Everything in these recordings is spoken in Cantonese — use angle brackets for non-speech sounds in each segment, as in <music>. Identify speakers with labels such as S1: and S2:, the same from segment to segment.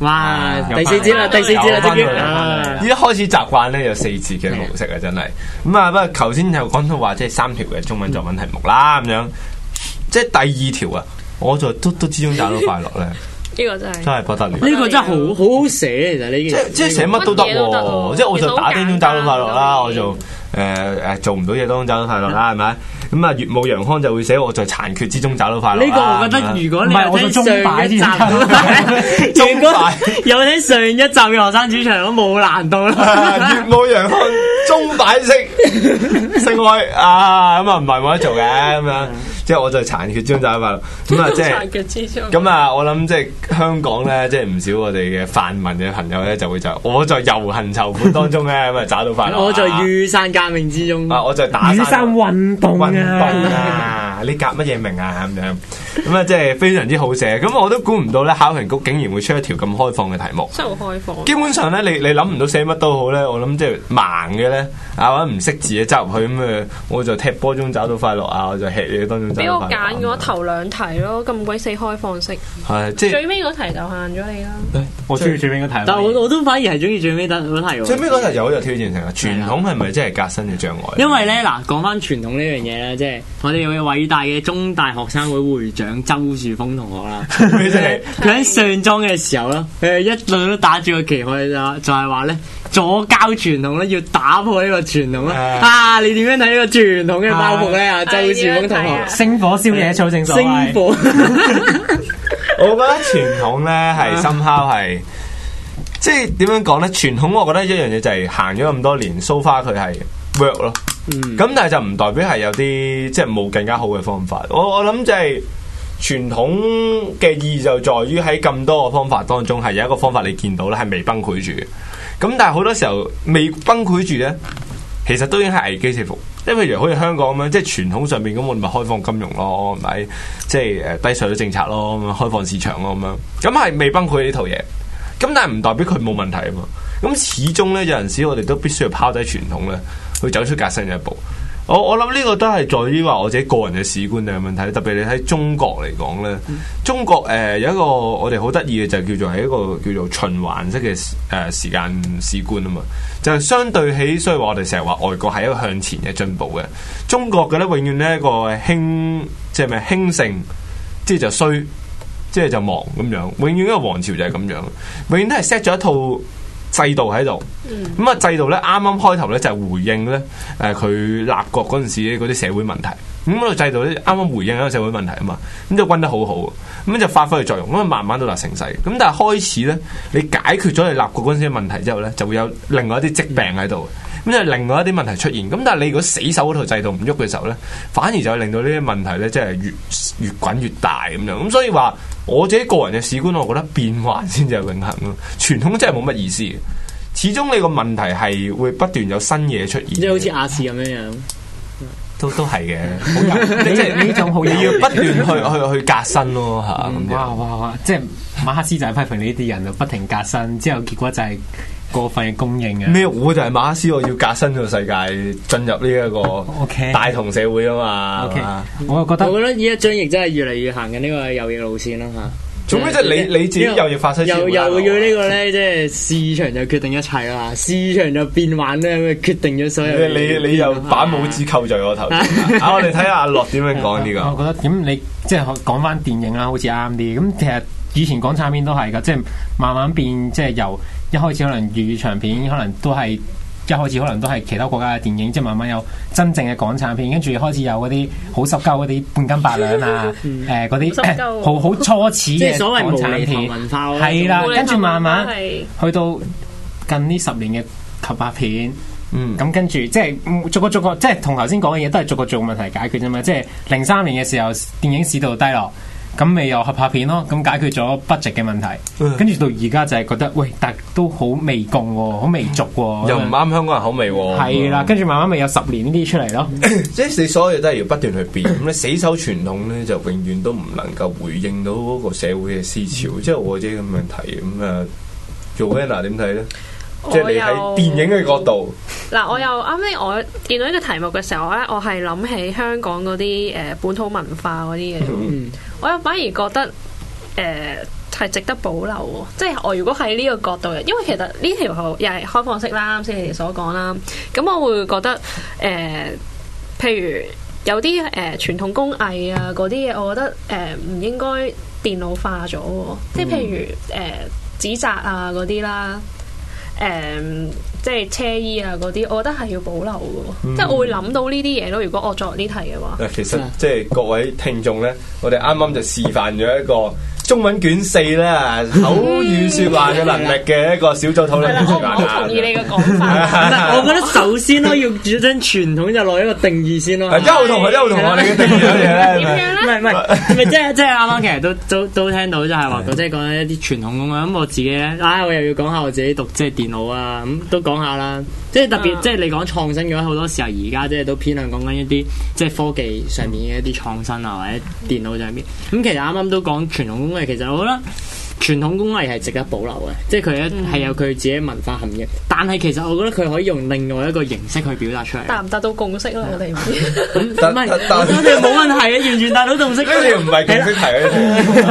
S1: 哇！
S2: 啊有
S1: 第四節啦，
S2: 翻
S1: 第四節啦，
S2: 有
S1: 終於
S2: 翻到嚟
S1: 啊
S2: 已經開始習慣咧有四字嘅模式啊，真係。咁啊，不過頭先就講到話即係三條嘅中文作文題目啦，咁樣。即係第二條啊，我就嘟嘟之中找到快樂咧，
S3: 呢個真
S2: 真
S3: 係
S2: 係不得了。
S1: 呢個真係好好好寫，其實呢
S2: 即
S1: 件
S2: 即係寫乜都得
S3: 乜嘢都得喎
S2: 喎，即係我就打叮咚找到快樂啦，
S3: 其
S2: 我
S3: 實好
S2: 就誒誒做唔到嘢當中找到快樂啦，係咪？咁啊，月冇陽光就會寫我在殘缺之中找到快樂啦。
S1: 呢個我覺
S2: 係咪
S1: 得，如果你
S4: 唔係
S1: 有
S4: 我個
S1: 聽上
S4: 中
S1: 一
S4: 擺
S1: 集，
S4: 添
S2: <laughs>
S1: 如
S2: 中
S1: 果
S2: 擺
S1: 有聽上一集嘅學生主場，都冇難度啦。
S2: 啊月冇陽光中擺式性愛啊，咁啊唔係冇得做嘅咁樣，即係我就殘缺之中找到快樂。咁啊，即係
S3: 殘。缺之中。
S2: 咁啊，我諗即係香港咧，即係唔少我哋嘅泛民嘅朋友咧，就會就我在遊行籌款當中咧，咁啊找到快樂啊。
S1: 我在雨傘革命之中，
S2: 啊，我就打
S4: 雨
S2: 傘
S4: 傘運
S2: 運
S4: 動
S2: 動
S4: 啊！
S2: 啊！你夾乜嘢名啊？咁樣咁啊，即係非常之好寫。咁我都估唔到咧，考評局竟然會出一條咁開放嘅題目。
S3: 真係好開放。
S2: 基本上咧，你你諗唔到寫乜都好咧，我諗即係盲嘅咧，啊或者唔識字嘅執入去咁誒，我就踢波中找到快樂啊，我就吃嘢當中找
S3: 俾
S2: 到
S3: 我
S2: 快樂啊。
S3: 揀嘅話，頭兩題咯，咁鬼死開放式，
S2: 係啊即係
S3: 最尾嗰題就限咗你啦。
S4: 我中意最尾嗰題。
S1: 但我我都反而係中意最尾得嗰題喎。
S2: 最尾嗰日有就挑戰成啊，傳統係咪真係革新嘅障礙？
S1: 因為咧嗱，講翻傳統呢樣嘢咧，即係我哋有位偉大嘅中大學生會會長周樹峰同學啦，
S2: 佢就係
S1: 佢喺上莊嘅時候啦，佢一路都打住個旗號就就係話咧，左交傳統咧要打破呢個傳統啦。
S2: 啊
S1: 啊，你點樣睇呢個傳統嘅包袱咧？啊，周樹峰同學
S3: 啊，
S4: 哦星火燒野草，正所
S1: 星
S4: 謂。
S1: 火
S2: 我覺得傳統咧係深烤係，即係點樣講咧？傳統我覺得一樣嘢就係行咗咁多年，so far 佢係 work 咯。
S1: 嗯
S2: 咁、但係就唔代表係有啲即係冇更加好嘅方法。我我諗就係傳統嘅意義就在於喺咁多個方法當中，係有一個方法你見到咧係未崩潰住嘅。咁但係好多時候未崩潰住咧，其實都已經係危機四伏。因為譬如好似香港咁樣，即係傳統上面咁，我哋咪開放金融咯，係咪？即係呃誒低稅率政策咯，咁樣開放市場咯，咁樣咁係未崩潰呢套嘢。咁但係唔代表佢冇問題啊嘛。咁始終咧有陣時我哋都必須要拋低傳統咧，去走出革新嘅一步。我我諗呢個都係在於話我自己個人嘅史觀嘅問題，特別你喺中國嚟講咧，中國誒、呃有一個我哋好得意嘅就叫做係一個叫做循環式嘅誒、呃、時間史觀啊嘛，就係、相對起，所以話我哋成日話外國係一個向前嘅進步嘅，中國嘅咧永遠呢一個興即係咩興盛，即係就衰。即係就忙咁樣，永遠一個王朝就係咁樣，永遠都係 set 咗一套制度喺度。咁啊、制度咧，啱啱開頭咧就係回應咧誒佢立國嗰陣時嗰啲社會問題。咁嗰個制度咧啱啱回應一個社會問題啊嘛，咁就温得好好，咁就發揮佢作用，咁啊慢慢到達盛世。咁但係開始咧，你解決咗你立國嗰陣時嘅問題之後咧，就會有另外一啲疾病喺度。咁就另外一啲問題出現，咁但係你如果死守嗰套制度唔喐嘅時候咧，反而就係令到呢啲問題咧，即係越越滾越大咁樣。咁所以話我自己個人嘅史觀，我覺得變幻先至係永恆咯，傳統真係冇乜意思嘅。始終你個問題係會不斷有新嘢出現嘅，
S1: 即係好似亞視咁樣樣。
S2: 都都係嘅，好有即係
S4: 呢種好有
S2: <laughs> 你要不斷去去去革新咯嚇咁
S4: 嗯哇
S2: 樣。
S4: 哇哇！即係馬克思就係批評呢啲人就不停革新，之後結果就係過分嘅供應啊。
S2: 咩？我就係馬克思，我要革新個世界，進入呢一個
S4: OK
S2: 大同社會啊嘛。
S4: OK，
S2: 係嘛
S4: 我又覺得
S1: 我覺得依家張翼真係越嚟越行緊呢個右翼路線啦嚇。
S2: 做咩即係你你自己又要發生
S1: 又又要呢個咧，即係市場就決定一切啦，市場就變幻咧，咁就決定咗所有嘢。
S2: 你你你又
S1: 嗯
S2: 把帽子扣在我頭上，啊！我哋睇下阿樂點樣講呢個。
S4: 我覺得咁你即係講翻電影啦，好似啱啲。咁其實以前港產片都係噶，即係慢慢變，即係由一開始可能粵語長片，可能都係一開始可能都係其他國家嘅電影，即係慢慢有真正嘅港產片，跟住開始有嗰啲好濕鳩嗰啲半斤八兩啊，
S1: 嗯
S4: 誒嗰
S3: 濕鳩
S4: 啲
S3: 啊
S4: 好好初始
S1: 即係
S4: 嘅
S1: 所謂
S4: 港
S1: 無
S4: 產
S1: 厘頭啊
S4: 片，
S1: 文化咯
S4: 係啦，
S3: 冇理
S4: 跟住
S3: 頭
S4: 慢慢
S3: 係
S4: 去到近呢十年嘅及拍片。
S2: 嗯，
S4: 咁跟住即係嗯逐個逐個，即係同頭先講嘅嘢都係逐個逐個問題解決啫嘛。即係零三年嘅時候，電影市道低落，咁咪又合拍片咯，咁解決咗 budget 嘅問題。跟住到而家就係覺得，喂，但都好未共喎，好未俗喎，
S2: 又唔啱香港人口味喎。
S4: 係啦。跟住慢慢咪有十年呢啲出嚟咯。
S2: 即係你所有嘢都係要不斷去變，咁你死守傳統咧就永遠都唔能夠回應到嗰個社會嘅思潮，
S3: 嗯
S2: 即係我自己咁樣睇咁啊。Joanna 點睇咧？即係你喺電影嘅角。度，
S3: 嗱，我又啱啱我見到呢個題目嘅時候咧，我係諗起香港嗰啲誒本土文化嗰啲嘢，我又反而覺得誒係、呃係值得保留喎。即係我如果喺呢個角度嘅，因為其實呢條路又係開放式啦，啱先你哋所講啦。咁我會覺得誒、呃譬如有啲誒、呃、傳統工藝啊嗰啲嘢，我覺得誒唔、應該電腦化咗喎。即係譬如誒、呃紙紮啊嗰啲啦。誒、即係車衣啊嗰啲，我覺得係要保留嘅喎，即係我會諗到呢啲嘢咯。如果我作呢題
S2: <laughs>
S3: 嘅話，
S2: 嗱，啊其實即係各位聽眾咧，我哋啱啱就示範咗一個中文卷四啦，口語説話嘅能力嘅一個小組討論
S3: 係啦，
S2: 嘅説
S3: 我唔
S2: 話
S3: 好同意你嘅講法。 <laughs>
S1: 但係我覺得首先咯，要將傳統就落一個定義
S2: <laughs>
S1: 先咯。啊
S2: 一號同學，一號同學，你嘅定義係乜嘢
S3: 點
S2: 咧？
S1: 唔
S3: 樣咧？
S1: 係唔係，咪即係即係啱啱其實都都都聽到就係話講即係講緊一啲傳統咁樣。咁我自己咧，啊我又要講下我自己讀即係電腦啊，咁都講下啦。即係特別
S3: 嗯
S1: 即係你講創新嘅話，好多時候而家即係都偏向講緊一啲即係科技上面嘅一啲創新啊，或者電腦上面。咁其實啱啱都講傳統工藝，其實我覺得。傳統工藝係值得保留嘅，即係佢一係有佢自己文化含義，但係其實我覺得佢可以用另外一個形式去表達出嚟。
S3: 達唔達到共識咯？我哋唔知。
S1: 咁唔係，
S2: 但但
S1: 我覺得冇問題嘅，完全達到共識。
S2: 呢條唔係共識題啊，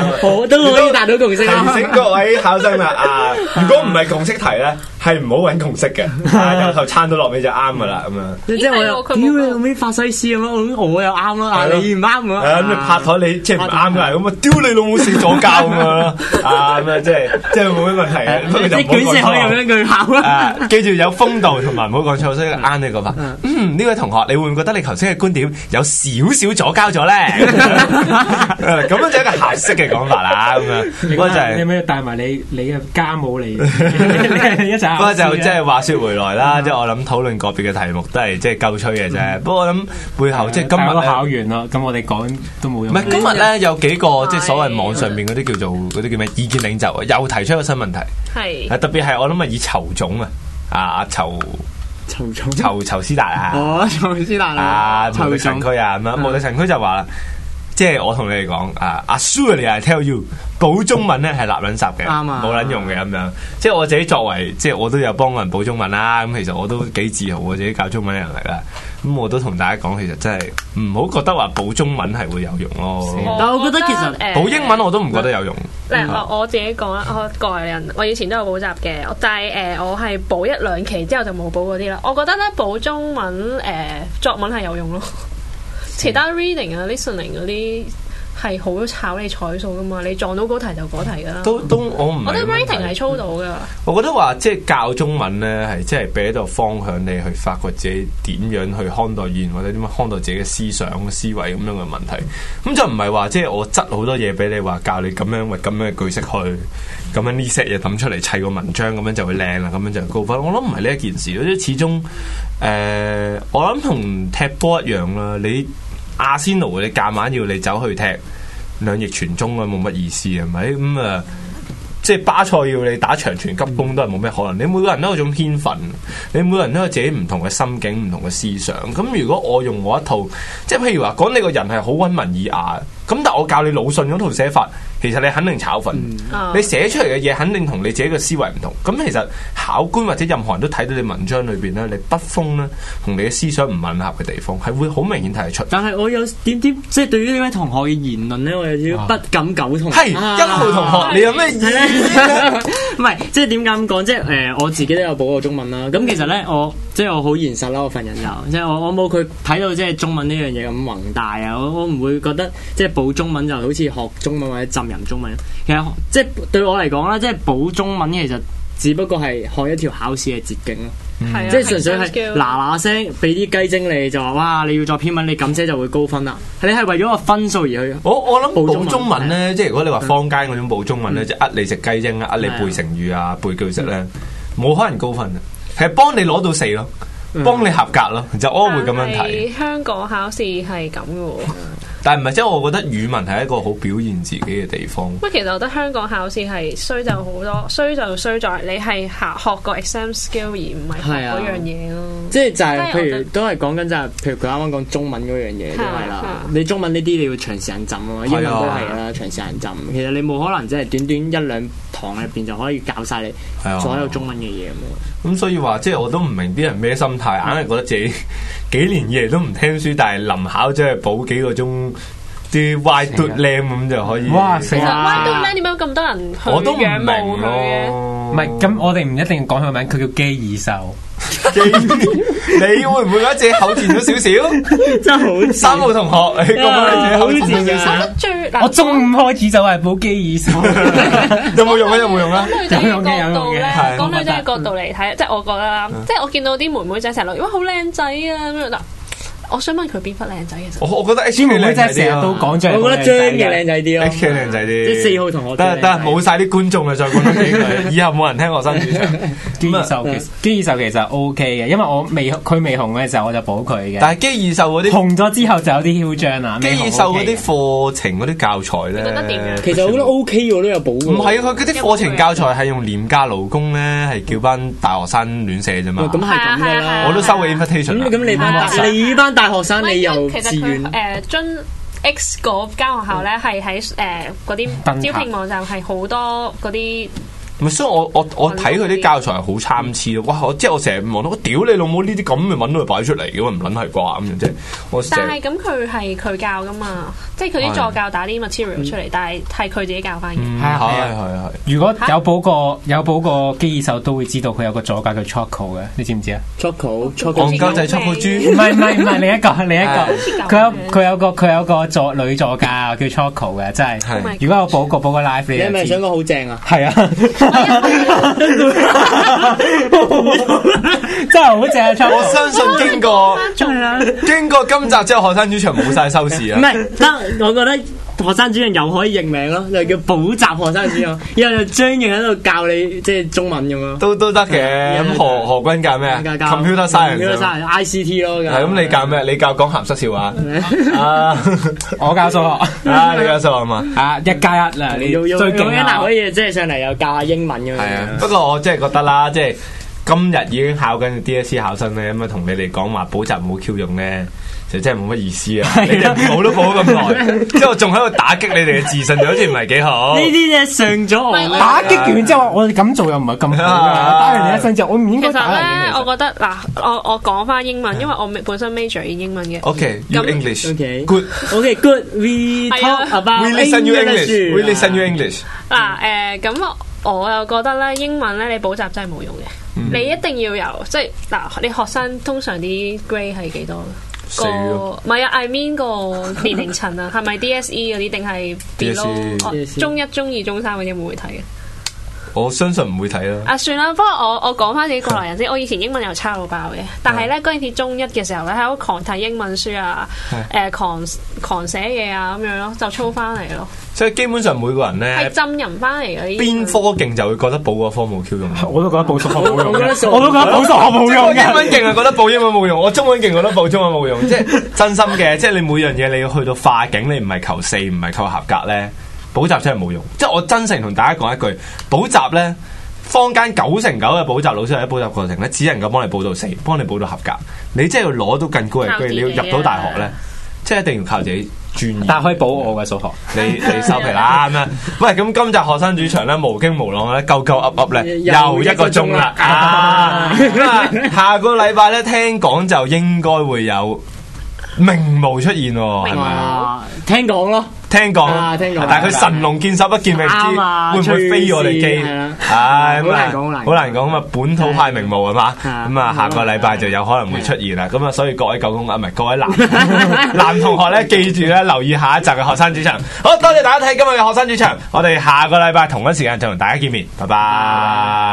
S2: <laughs> 呢
S1: <laughs>
S2: 條
S1: 好都可以達到共識啦。
S2: 提醒各位考生啦
S1: <laughs>
S2: 啊！如果唔係共識題咧，係唔好揾共識嘅，啊由頭撐到落尾就啱噶啦咁樣。
S1: 即係我又
S3: 咦係喎佢
S1: 屌
S3: 冇
S1: 你老味法西斯咁樣，我我又啱啦，啊
S2: 係咯
S1: 你唔啱咁
S2: 係啊，咁你拍台你即係唔啱噶，咁啊丟你老母死左教咁
S1: <laughs>
S2: 樣咯，啊咁啊即係即係冇咩問題嘅，不過
S1: 啊即
S2: 就唔
S1: 係
S2: 好
S1: 卷
S2: 講
S1: 四可以
S2: 錯
S1: 咁樣句考啦。
S2: 啊，記住有風度同埋唔好講錯，所以啱你個法。嗯，呢位同學，你會唔會覺得你頭先嘅觀點有少少左
S1: <laughs>
S2: 交 <laughs> 咗咧？咁樣就一個合適嘅講法啦。咁樣，不過就係、
S4: 你咪要帶埋你你嘅家母嚟，一齊。
S2: 不過就即係話説回來啦，
S4: 啊
S2: 即係我諗討論個別嘅題目都係即係夠吹嘅啫。不過我諗背後即係今
S4: 嗯
S2: 日
S4: 啊大家都
S2: 呢
S4: 考完啦，咁我哋講都冇
S2: 唔
S4: 用。
S2: 係今日咧有幾個即係所謂網上面嗰啲叫做嗰啲叫咩意見領袖啊，又提出一個新問題，
S3: 係
S2: 啊特別係我諗係以囚種啊，啊囚
S1: 曹總，
S2: 囚囚師達啊。
S1: <laughs> 哦，曹斯達
S2: 啊，無
S1: 曹
S2: 敵神
S1: 總，
S2: 區啊，咁樣無敵神區就話啦，即係我同你哋講啊，assuredly I tell you，補中文咧係立撚圾嘅，
S1: 啱啊
S2: 冇撚用嘅咁樣。即係我自己作為，即係我都有幫人補中文啦。咁其實我都幾自豪我自己教中文嘅人嚟啦。咁我都同大家講，其實真係唔好覺得話補中文係會有用咯。
S1: 但我覺得其實
S3: 誒
S2: 補英文啊我都唔覺得有用，
S3: 嗱，我我自己講啦，我個人我以前都有補習嘅，我但係誒、呃我係補一兩期之後就冇補嗰啲啦。我覺得咧補中文誒、呃作文係有用咯，其他 reading 啊、listening 嗰啲係好炒你彩數噶嘛，你撞到嗰題就嗰題噶啦。
S2: 都都我唔係
S3: 我覺
S2: 咁
S3: 得
S2: 樣睇
S3: writing 係操到噶，
S2: 我覺得話即係教中文咧，係即係俾一個方向你去發掘自己點樣去看待語言，或者點樣看待自己嘅思想、思維咁樣嘅問題。咁就唔係話即係我執好多嘢俾你話教你咁樣喂咁樣嘅句式去，咁樣呢 set 嘢抌出嚟砌個文章咁樣就會靚啦，咁樣就高分。我諗唔係呢一件事咯，即係始終誒、呃我諗同踢波一樣啦。你阿仙奴你夾硬要你走去踢兩翼傳中啊，冇乜意思係咪咁啊？即係巴塞要你打長傳急攻都係冇咩可能。你每個人都有種天分，你每個人都有自己唔同嘅心境、唔同嘅思想。咁如果我用我一套，即係譬如話講你個人係好温文爾雅，咁但我教你魯迅嗰套寫法，其實你肯定炒粉。
S3: 啊
S2: 你寫出嚟嘅嘢肯定同你自己嘅思維唔同。咁其實考官或者任何人都睇到你文章裏邊咧，你筆風咧同你嘅思想唔吻合嘅地方，係會好明顯睇得出。
S1: 但係我有點點，即係對於呢位同學嘅言論咧，我有少少不敢苟同。
S2: 啊係一
S1: 啊
S2: 號同學，你有咩意
S1: 係
S2: 見？
S1: 咧， <laughs> 唔係即係點解咁講？即係誒、呃我自己都有補過中文啦。咁其實咧，我即係我好現實啦，我份人就即係我我冇佢睇到即係中文呢樣嘢咁宏大啊。我我唔會覺得即係補中文就好似學中文或者浸淫中文。其實即係對我嚟講啦，即係補中文其實只不過係學一條考試嘅捷徑咯。
S2: 嗯
S3: 係啊，
S1: 即係純粹係
S3: skill
S1: 嗱嗱聲俾啲雞精你就話哇，你要作篇文，你咁寫就會高分啦。你係為咗個分數而去。
S2: 我我諗
S1: 報中文
S2: 報中文咧，即係如果你話坊間嗰種報中文咧，即係呃你食雞精啊，呃你背成語啊，背句式咧，冇可能高分啊嘅，係幫你攞到四咯，幫你合格咯，就我會咁樣
S3: 但
S2: 睇。
S3: 啊係香港考試係咁嘅喎。
S2: 但係唔係即係我覺得語文係一個好表現自己嘅地方。
S3: 咁其實我覺得香港考試係衰就好多，衰就衰在你係學學個 exam skill 而唔係
S1: 係
S3: 學
S1: 啊
S3: 嗰樣嘢咯。
S1: 即係就係、
S3: 即係我
S1: 譬
S3: 覺
S1: 如
S3: 得
S1: 都係講緊就係、譬如佢啱啱講中文嗰樣嘢都係
S3: 係
S1: 啦
S3: 啊，
S1: 你中文呢啲你要長時間浸啊嘛，英文都係啦，長時間浸。其實你冇可能即係短短一兩堂入邊就可以教晒你
S2: 係啊
S1: 所有中文嘅嘢
S3: <laughs>
S1: 咁
S2: 咁所以話即係我都唔明啲人咩心態， <laughs> 硬係覺得自己幾年以嚟都唔聽書，但係臨考即係補幾個鐘啲 Y d o lamp 咁就可以。
S4: 哇死
S3: 其實
S4: 啦
S3: Why Do Man 點解咁多人去
S2: 啊我都唔
S3: 仰慕
S2: 明
S3: 佢嘅？
S2: 咯。
S4: 唔係咁，我哋唔一定要講佢名，佢叫基爾獸。
S2: 你會唔會覺得自己口賤咗少少？
S1: 真係好
S2: 三號同學，你覺得你自己口賤咗少
S3: 我
S2: 少
S3: 覺？得最
S4: <laughs>
S3: 難
S4: 我中午開始就係冇基爾獸，
S2: 有冇用啊？有冇用啊？
S3: 講女仔嘅角度咧，
S2: 係
S3: 講女仔嘅角度嚟睇，即係我覺得啦，
S2: 嗯
S3: 即係我見到啲妹妹仔成日落，哇好靚仔啊咁樣嗱，我想問佢邊忽靚仔其實？
S2: 我我覺得 H
S4: 專
S2: K
S4: 門
S2: 靚
S4: 妹
S2: 仔
S4: 真係成
S2: 啲
S4: 日都
S2: 啊
S4: 講張，
S1: 我覺得張嘅靚
S4: 仔
S1: 仔啲咯
S2: ，H K 靚仔啲，
S1: 即係四號同學。
S2: 得啦得啦，冇晒啲觀眾啦，再講多幾句，以後冇人聽我新主場。
S4: 嘅，基爾獸其實基爾獸其實 O K 嘅，因為我未佢未紅嘅時候我就補佢嘅，
S2: 但係基爾獸嗰啲，
S4: 紅咗之後就有啲囂張啦。
S2: 基
S4: 未紅
S2: 爾
S4: OK
S2: 獸嗰
S4: 嘅
S2: 啲課程嗰啲教材咧，
S3: 你覺得點樣
S1: 其實我覺得 O K 我都有補㗎
S2: 唔係啊，佢嗰啲課程教材係用廉價勞工咧，係叫班大學生亂寫啫嘛
S1: 喂。哦咁係咁㗎
S3: 係啊係啊係
S1: 啦。
S3: 啊
S2: 我都收過
S1: 咁
S2: invitation 啊。
S1: 咁你班
S3: 係
S1: 大
S3: 啊
S1: 你班大學生
S3: 唔係
S1: 你
S3: 因為
S1: 又
S3: 其
S1: 自
S3: 實佢呃
S1: 願
S3: 誒津 X 嗰間學校咧係喺誒嗰
S4: 燈塔
S3: 啲招聘網站係好多嗰啲
S2: 咪所以我我我睇佢啲教材係好參差咯，哇！我即係我成日望到，我屌你老母呢啲咁嘅揾到佢擺出嚟嘅喎，唔撚係啩咁樣啫。我成
S3: 但
S2: 日
S3: 係咁佢係佢教噶嘛，即係嗯佢啲助教打啲 material 出嚟，但係係佢自己教翻嘅。
S2: 嗯係
S4: 係啊
S2: 係係係
S4: 如果有補過有補過基爾獸都會知道佢有個左腳叫 Choco 嘅，你知唔知啊？
S1: Choco
S2: 戇
S1: Choco
S2: 鳩仔出個豬
S4: 唔，係唔係唔係，另一個另一
S3: 係
S4: 個，佢有佢有個佢有個助女助教叫 Choco 嘅，真係。
S2: 係
S4: 如果有補過補個 live
S1: 你
S4: 你
S1: 係咪
S4: 就
S1: 想
S4: 知。
S1: 講好正啊？
S4: 係啊， <laughs> 真係好正啊
S2: 我
S4: Choco！
S2: 相信經過經過今集之後，學生主場冇晒收視
S1: 唔
S2: 啊！
S1: 係得，我覺得學生主任又可以認名咯，就叫補習學生主任，以後就張應喺度教你即係中文咁咯。
S2: 都都得嘅。咁何何君教咩啊
S1: 教教
S2: ？Computer
S1: computer
S2: science 啊。
S1: science I C T 咯。
S2: 係咁，你教咩？你教講鹹濕笑話啊！ <laughs>
S4: 我教數學
S2: 啊，你教數學嘛？
S4: 啊，一加一啦，你
S1: 要要
S4: 最勁
S1: 嗱
S4: 啦
S1: 可！以即係上嚟又教下英文咁樣。
S2: 啊係啊， <laughs> 不過我真係覺得啦，即係今日已經考緊 DSE 考生咧，咁啊同你哋講話補習冇 Q 用咧。就真係冇乜意思啊！你哋補都補咗咁耐，之後仲喺度打擊你哋嘅自信，就好似唔係幾好
S1: 呢。啲嘢上咗我啦。
S4: 打擊完之後，我哋咁做又唔係咁好㗎
S2: 啊
S4: 打完你一身之後，我唔應
S3: <laughs> 其
S4: 該
S3: 實
S4: 打人
S3: 咧，
S4: 嘅。
S3: 我覺得嗱，我我講翻英文，因為我本身 major in 英文嘅。
S2: OK，you
S3: 咁
S1: OK
S2: English，good。
S1: OK good we
S3: 係
S1: talk
S3: 啊
S1: about
S2: We listen you English. We listen you
S1: 啊
S2: English。
S3: 嗱誒，咁我又覺得咧，英文咧你補習真係冇用嘅，你一定要由即係嗱，你學生通常啲 grade 係幾多？
S2: 四
S3: 個
S2: 咯
S3: 唔係啊，I mean 個年齡層啊，係咪 DSE 嗰啲定係 below 哦
S1: DSE
S3: 中一、中二、中三嗰啲會唔會睇嘅？
S2: 我相信唔會睇啦。
S3: 啊，算啦，不過我我講翻自己過來人先，我以前英文又差到爆嘅，但係咧嗰陣時中一嘅時候咧，喺度狂睇英文書啊，誒、狂狂寫嘢啊咁樣咯，就操翻嚟咯，
S2: 所以基本上每個人
S3: 係
S2: 咧，
S3: 浸淫翻嚟嘅呢啲
S2: 邊科勁就會覺得補嗰科冇 Q 用。
S4: 我都覺得補數學冇用
S1: 我覺得數
S4: 嘅，
S1: 學
S4: 我都覺得補數學冇用
S2: 我英
S4: 嘅。
S2: 文勁啊，覺得報英文冇用；我中文勁，覺得報中文冇用。即
S4: <laughs>
S2: 係真心嘅，即係你每樣嘢你要去到化境，你唔係求四，唔係求合格咧，補習真係冇用。即係我真誠同大家講一句，補習咧，坊間九成九嘅補習老師喺補習過程咧，只能夠幫你補到四，幫你補到合格。你真係要攞到更高嘅
S3: 靠自己啊
S2: 居，你要入到大學咧，即係一定要靠自己專業。
S4: 但係可以補我嘅數學。
S2: 你你收皮啦咁樣。喂，咁今集學生主場咧無經無浪咧，鳩鳩噏噏咧，又
S1: 又
S2: 一個鐘啦
S1: 一個鐘啦
S2: 啊！咁啊，下個禮拜咧聽講就應該會有。名模出現喎，係咪啊？
S1: 哇聽講咯，
S2: 聽講，
S1: 啊聽講
S2: 但係佢神龍見首不見尾，唔知
S1: 啱啊
S2: 會唔會飛我哋機？
S1: 吹絲係啊
S2: 唉，咁
S1: 好
S2: 啊
S1: 難講好難講
S2: 好難講咁啊！本土派名模係嘛？
S1: 啊
S2: 咁啊，下個禮拜就有可能會出現啦。咁啊，所以各位狗公啊，唔係各位男
S1: <laughs>
S2: 男同學咧，記住咧留意下一集嘅學生主場。好多謝大家睇今日嘅學生主場，我哋下個禮拜同一時間就同大家見面，拜拜。